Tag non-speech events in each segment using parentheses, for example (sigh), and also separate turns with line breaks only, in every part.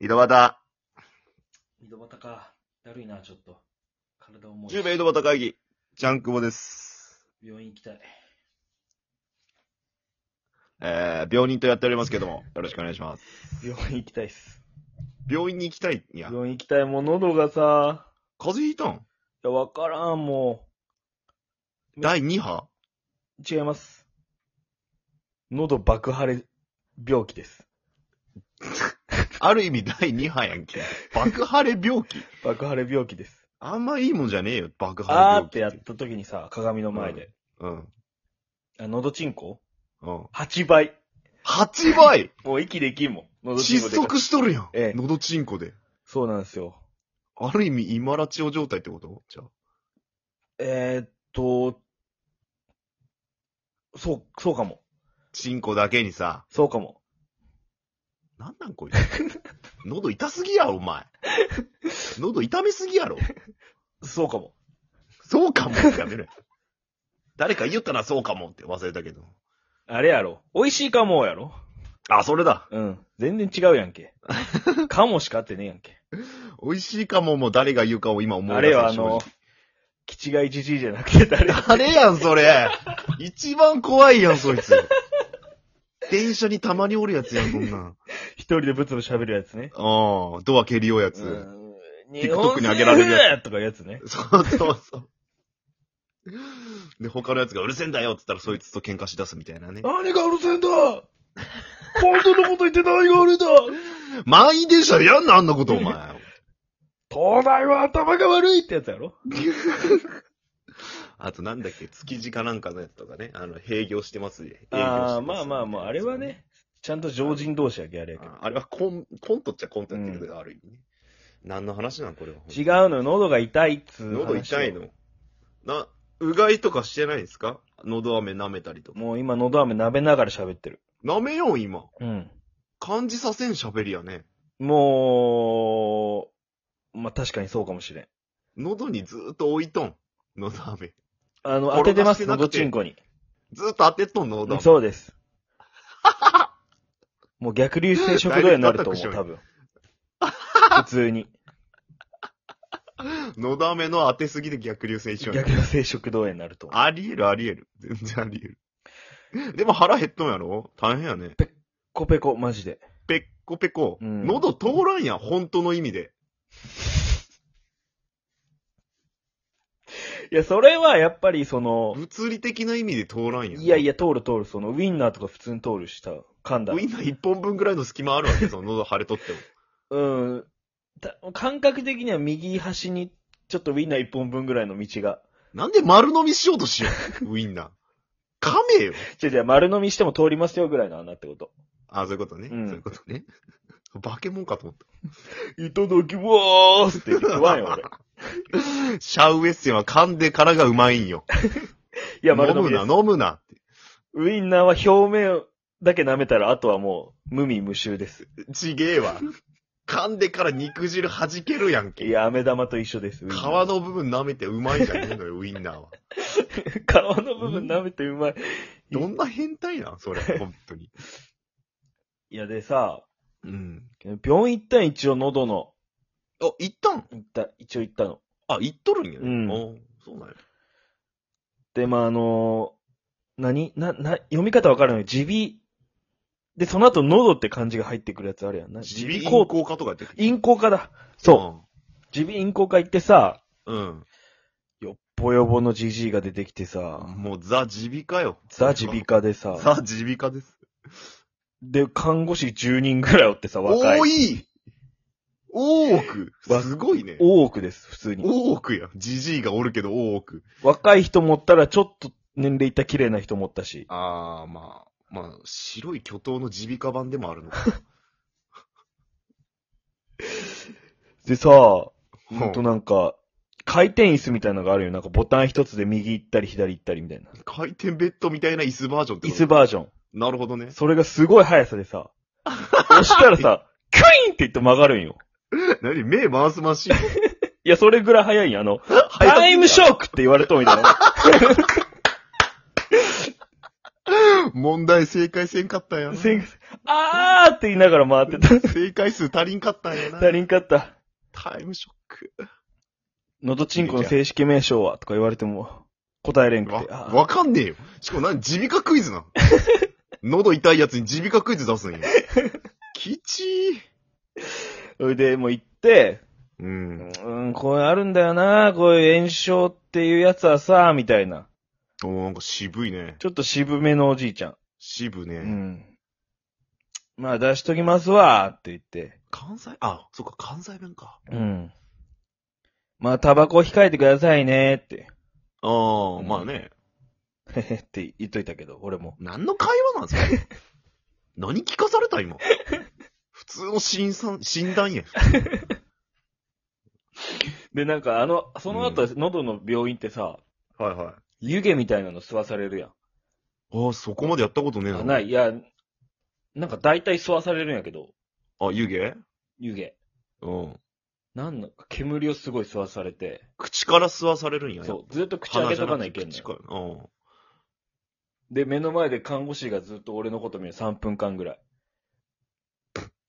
井戸端、
井戸端か。だるいな、ちょっと。体重いし。
10名井戸端会議、ジャンクボです。
病院行きたい。
えー、病人とやっておりますけども、よろしくお願いします。
病院行きたいっす。
病院に行きたい。いや、
病院行きたい。もう喉がさ、
風邪ひいたん
いや、わからん、も
第2波
う。違います。喉爆破れ、病気です。
ある意味第2波やん
(laughs)
け。爆破れ病気
爆破れ病気です。
あんまいいもんじゃねえよ、爆破れ
あー
病
っ
気
てやった時にさ、鏡の前で。
うん。
あ、喉チンコ
うん。
?8 倍。
8倍
もう息できんもん。喉チン
窒
コで
息しとるやん。
ええ
喉チンコで。
そうなんですよ。
ある意味、今ラチオ状態ってことじゃあ。
えー、っと、そう、そうかも。
チンコだけにさ、
そうかも。
なんなん
(laughs)
こいつ。喉痛すぎやろ、お前。喉痛めすぎやろ。
そうかも。
そうかもってやめる。誰か言ったらそうかもって忘れたけど。
あれやろ。美味しいかもやろ。
あ、それだ。
うん。全然違うやん (laughs) け。かもしかってねえやんけ。
美味しいかももう誰が言うかを今思い
あ
出
れ
した。
はあの、キチガイジジイじゃなくて (laughs) 誰
正直、あれやん、それ。一番怖いやん、そい (laughs) つ。電車にたまにおるやつやん、そんなん。
一人でブツブツ喋るやつね。
ああ、ドア蹴 (laughs) りようやつ。
うん。
TikTok に上げられるや
やつ。とかいうやつね。
そうそう (laughs) そう。で、他のやつがうるせえんだよって言ったらそいつと喧嘩し出すみたいなね。
何がうるせえんだ本当のこと言って何が悪いんだ
満員電車でやんな、あんなこと、お前。
東大は頭が悪いってやつやろ
(laughs) あとなんだっけ、築地かなんかのやつとかね、あの、併業してます。営業して
ああ、まあまあまあ、あれは。ね、ちゃんと常人同士やけ、あれやけど。
ああれはコン、コントっちゃコントやってるけど、ある意味ね。何の話なんこれは。
違うのよ、喉が痛いっつう話
喉痛いのな、うがいとかしてないですか喉飴舐めたりとか。
もう今喉飴舐めながら喋ってる。
舐めよう、今。
うん。
感じさせん喋りやね。
もう、まあ確かにそうかもしれん。
喉にずーっと置いとん。喉飴。
あの、当ててま
転がして
す、
なく
喉
て
チンコに。
ずーっと当てとんの、喉飴。
そうです。 (laughs) もう逆流性食道炎になると思、
だいうぶ
多分。普
(laughs)
通に。
喉飴の当てすぎで逆流性一緒
逆流性食道炎になると思う。
ありえる、ありえる。全然ありえる。でも腹減っとんやろ大変やね。
コペコ、マジで。
ペッコペコ。
うん
喉通らんやん、本当の意味で。
いや、それはやっぱりその、
物理的な意味で通らんやん。
いやいや、通る通る、その、ウィンナーとか普通に通るし、た噛んだ
ウ
ら。
インナー一本分ぐらいの隙間あるわけ、その喉腫れとっても。 (laughs)
うん。た感覚的には右端に、ちょっとウィンナー一本分ぐらいの道が。
なんで丸飲みしようとしよ
(laughs)
う、ウインナー。噛めよ。
じゃじゃ丸飲みしても通りますよぐらいの穴ってこと。
あ、そういうことね。
うん
そういうことね。化け物かと思っ
いただきま
(laughs)
ーすって言って不安よ、俺。
た。シャウエッセンは噛んでからがうまいんよ。
いや、丸
飲
飲
む
みです
な、。飲むなって。
ウインナーは表面だけ舐めたら、あとはもう、無味無臭です。
ちげえわ。噛んでから肉汁弾けるやんけ。
いや、飴玉と一緒です。
皮
皮
の部分舐めてうまいじゃねえのよ、ウインナーは。
(laughs) 皮の部分舐めてう (laughs) まい。
どんな変態なん
(laughs)
それ、本当に。
いや、でさ、
うん。
病院行ったん一応喉の、
あ、行ったん
行った、一応行ったの。
あ、行っとるんやね。
うん
あーそうなんや。
で、まあ、あのー何な、な、読み方わかるのよ。耳鼻。で、その後喉って漢字が入ってくるやつあるやんな。
耳鼻
咽
咽
喉。
喉科とかやってる。
咽喉科だ。そう。耳鼻咽喉科行ってさ、
う。うん。
よっぽよぼのじじいが出てきてさ、
もうザ・耳鼻科よ。
ザ耳鼻科でさ、
ザ・耳鼻科です。
で、看護師10人ぐらいおってさ、若い。
多い多くすごいね。
多くです、普通に。
多くや。ジジイがおるけど多く。
若い人持ったら、ちょっと年齢いった綺麗な人持ったし。
あー、まあ、まあ、白い巨頭の耳鼻科版でもあるの (laughs) か。
でさ、ほ
うん
んとなんか、回転椅子みたいなのがあるよ。なんかボタン一つで右行ったり左行ったりみたいな。
回転ベッドみたいな椅子バージョンって
椅
こと
子バージョン。
なるほどね。
それがすごい速さでさ、押したら
(laughs)
さ、キュインって言って曲がるんよ。
何目回すマシ (laughs) ン。
いや、それぐらい速いんよあの、タイムショックって言われとんみた
(laughs)
いな。
問題正解せんかったやん。
せんあーって言いながら回ってた。
正解数足りんかったんやな。
足りんかった。
タイムショック。
のどちんこの正式名称はとか言われても、答えれんく
わ
て。、あー
わかんねえよ。しかも何、耳鼻科クイズ
(laughs)
なの喉痛いやつに耳鼻科クイズ出すんよ。きちい。
それで、もう行って、
う。
うんーん、こういうのあるんだよな、こういう炎症っていうやつはさ、みたいな。
おーなんか渋いね。
ちょっと渋めのおじいちゃん。
渋ね。
うん。まあ出しときますわ、って言って。
関西、あ、そっか、関西弁か。
うん。まあタバコ控えてくださいね、って。
ああ、まあね。
へへって言っといたけど、俺も。
何の会話なんです
(laughs)
か何聞かされた今。普通の診断、診断や。
で、なんかあの、その後、喉の病院ってさ、
はいはい。
湯気みたいなの吸わされるやん。
ああ、そこまでやったことねえな。。
あないい、いや、なんか大体吸わされるんやけど、
あ、湯気
湯気。
うん。
なんのか、煙をすごい吸わされて、
口から吸わされるんや。
そう、ずっと口開けとかないけんの
口
よ。
から。うん。
で、目の前で看護師がずっと俺のこと見る3分間ぐらい。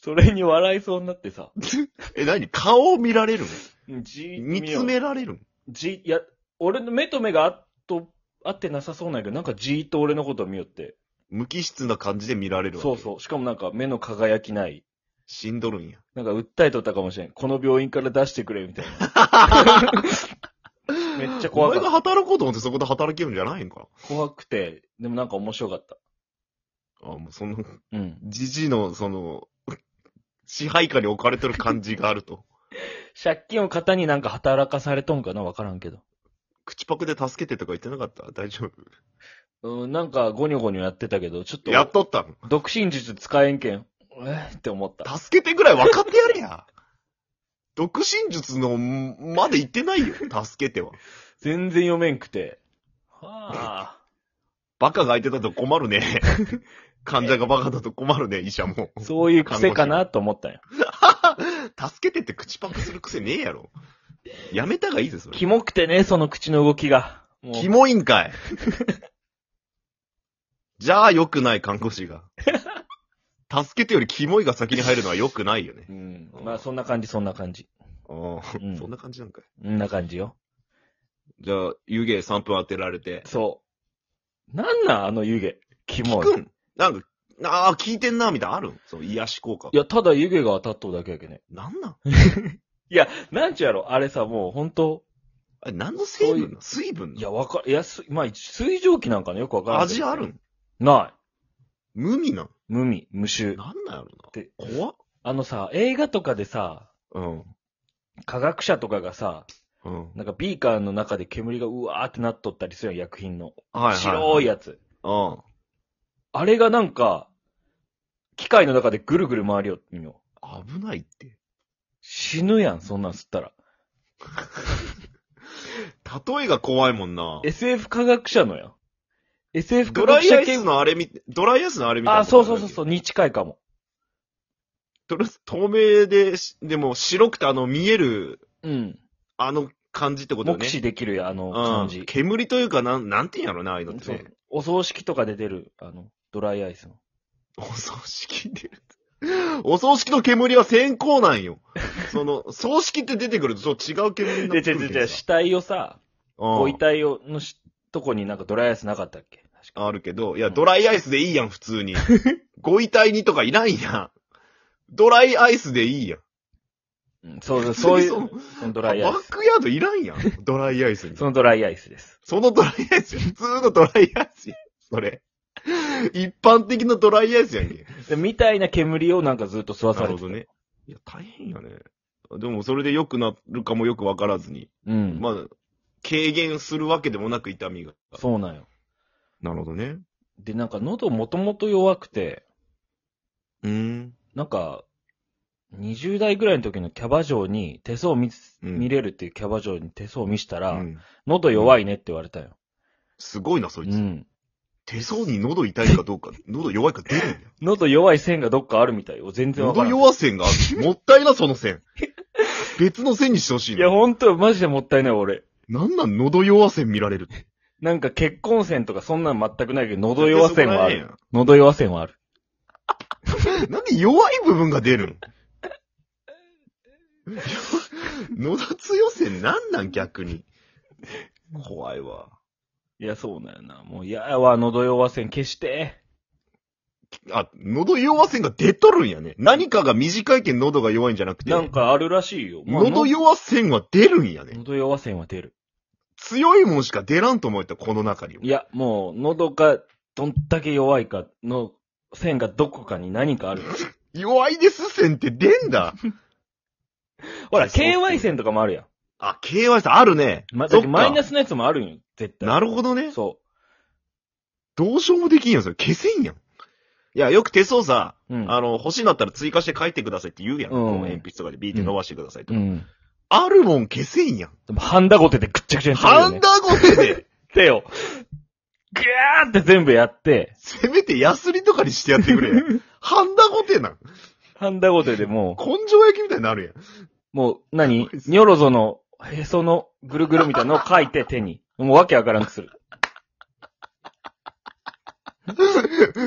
それに笑いそうになってさ、
え、何顔を見られるの
じーっと
見
よ
つ
う
められるの
じ、いや、俺の目と目があっと、合ってなさそうなんやけど、なんかじーっと俺のことを見よって。
無機質な感じで見られるわけ。
そうそう。しかもなんか目の輝きない。
死んどるんや。
なんか訴えとったかもしれん。この病院から出してくれ、みたいな。めっちゃ怖か
お前
った
が働こうと思ってそこで働けるんじゃないんか。
怖くて、でもなんか面白かった。
あ、もうその、
うん。
じじの、その、支配下に置かれてる感じがあると。
借金を肩になんか働かされとんかなわからんけど。
口パクで助けてとか言ってなかった大丈夫
うん、なんかゴニョゴニョやってたけど、ちょっと。
やっとったの
独身術使えんけん。えって思った。
助けてぐらい分かってやれや。独身術の、まで言ってないよ。助けては。
全然読めんくて。は
バカが空いてたと困る
(laughs)
ね。患者がバカだと困るね、医者も。
あ。そういう癖かなと思ったんよ。
助けてって口パクする癖ねえやろ。やめたがいいぜ、それ。
キモくてね、その口の動きが。も
キ
う、
モいんかい。じゃあ、良くない、看護師が。助けてよりキモいが先に入るのは良くないよね。
うん。まあ、そんな感じ、そんな感じ。
う
うん
ん、そんな感じなんかい。
そんな感じよ。
じゃあ、湯気3分当てられて。
そう。なんなん、あの湯気。キ
聞
モい。
くんなんか、ああ、聞いてんな、みたいなのあるんそう、癒し効果
い。や、ただ湯気が当たっとるだけやけね。
なんなん
なんちゅうやろあれさ、もう、本当
あれ、何の成分なの水分
い
な
や、わか、いや、す、まあ、水蒸気なんかね、よくわから
の
んけ
味
ど
あるん
な
無味なん
い。無味、無臭。
なんなんやろ
で
な怖っ
あのさ、映画とかでさ、
うん。
科学者とかがさ、
うん。
なんかビーカーの中で煙がうわーってなっとったりするやん、薬品の。
は
白い
や。
やつ。
うん。
あれがなんか、機械の中でぐるぐる回りよってみよう。
危ないって。
死ぬやん、そんなん吸ったら。
例えが怖いもんな。
SF 科学者のやん。SF 科
ドラ
学
イア
者
イ
系
ス。のあれみ、ドライアイスのあれみたいな。。
あ、そうそうそうそうう、に近いかも。
とりあえず透明でし、でも白くてあの見える、
うん。
あの感じってことよ
目
ね。
視できるやん、あの
う
感
ん
じ。
煙というか、なん、なんて言うんやろな、ああいうのって
そう
ね。
お葬式とかで出る、あの、ドライアイスの。
お葬式で。お葬式の煙は先行なんよ。その、葬式って出てくると、そう違う煙にな
で、
って
違
く
う
るけ
違う違
ど
う、
さ。
死体をさ、
うん
ご遺体を、のし、とこになんかドライアイスなかったっけ確か。
あるけど、いや、ドライアイスでいいやん、普通に。ご遺体にとかいないやん。ドライアイスでいいやん。
うん、そうそう、そういう、
普通に
そのドライアイ
バ
ス。
ックヤードいらんやん。ドライアイスに。
そのドライアイスです。
そのドライアイス、普通のドライアイスやん。それ。一般的なドライアイスやんけ。
でみたいな煙をなんかずっと吸わさ
な
れ
る
て
ほ
た
どね。いや、大変やね。でも、それで良くなるかもよくわからずに。
うん。
まあ、軽減するわけでもなく痛みが。
そうなんよ。
なるほどね。
で、なんか喉もともと弱くて、
うーん。
なんか、20代ぐらいの時のキャバ嬢に手相を見つ、
うん
見れるっていうキャバ嬢に手相を見したら、
うん
喉弱いねって言われたよ。
すごいな、そういつ。
ん。
手相に喉痛いかどうか、喉弱いか出るんや。
喉弱い線がどっかあるみたいよ。全然わか
喉
らん。
弱線がある。もったいな、その線。別の線にしてほしい
いや、
な。
ほんと、マジでもったいない、俺。
なんなん喉弱線見られるって。
なんか結婚線とかそんなん全くないけど、喉弱線はあ
いやそこらへ
る
んや。
喉弱線はある。
(laughs) なんで弱い部分が出る (laughs) ん野田津予選なんなん逆に。怖いわ。
いや、そうなんやな。もう嫌やわ、喉弱せん消して。
あ、喉弱線が出とるんやね。何かが短いけん喉が弱いんじゃなくて、
なんかあるらしいよ。まあ
喉弱線は出るんやね。
喉弱せんは出る。。
強いもんしか出らんと思った、この中にはい
や、もう、喉がどんだけ弱いかの線がどこかに何か
(laughs)
ある。
弱いです線って出ん (laughs) だ。
ほら、
そうそう
KY 線とかもあるや
あ、KY さんあるね。
ん。ま、だ
そ
っ
ってか
マイナスのやつもあるんよ、絶対。
なるほどね。
そ
どうしようもできんやん、それ。消せんやん。いや、よく手相さ、
う。うん。
あの、欲しいなったら追加して書いてくださいって言うやん。
う
こ
ん
の鉛筆とかでビーって伸ばしてくださいと
う
か。
ん。
あるもん消せんやん。
でも、ハンダゴテでぐっちゃぐちゃにする
ハ
よ、
ン
ね。
ダゴテで、
手を、ぐーって全部
(laughs)
やって、
せめてヤスリとかにしてやってく
(laughs)
れ。ハンダゴテなん。
ハンダゴテでも
根性焼きみたいになるやん。 (laughs)
う、もう、何ニョロゾのへそのぐるぐるみたいなのを書いて手に。もうわけわからんくする。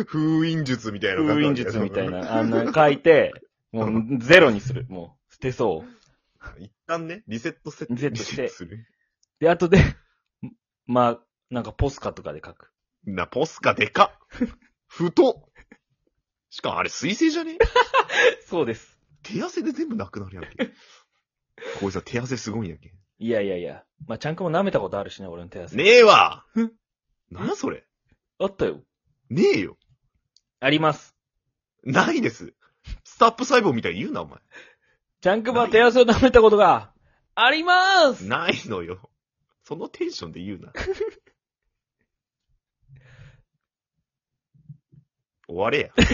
封印術みたいな。
風印術みたい。な、あんな書いて、もうゼロにする。もう、捨てそう。
(laughs) 一旦ね、リセットセット。
リセットして
する。
で、後で、まあ、なんかポスカとかで書く。
な、ポスカでか (laughs) っ。太っ。しかもあれ水性じゃね
そうです。
手汗で全部なくなるやん
(laughs)
け。こいつは手汗すごいんやんけ。
いやいやいや。まあ、ちゃんくも舐めたことあるしね、俺の手汗。
ねえ
(laughs)
わなんやそれ
あったよ。
ねえよ。
あります。
ないです。スタップ細胞みたいに言うな、お前。
ちゃんくもは手汗を舐めたことが、あります
ないのよ。そのテンションで言うな。終われや。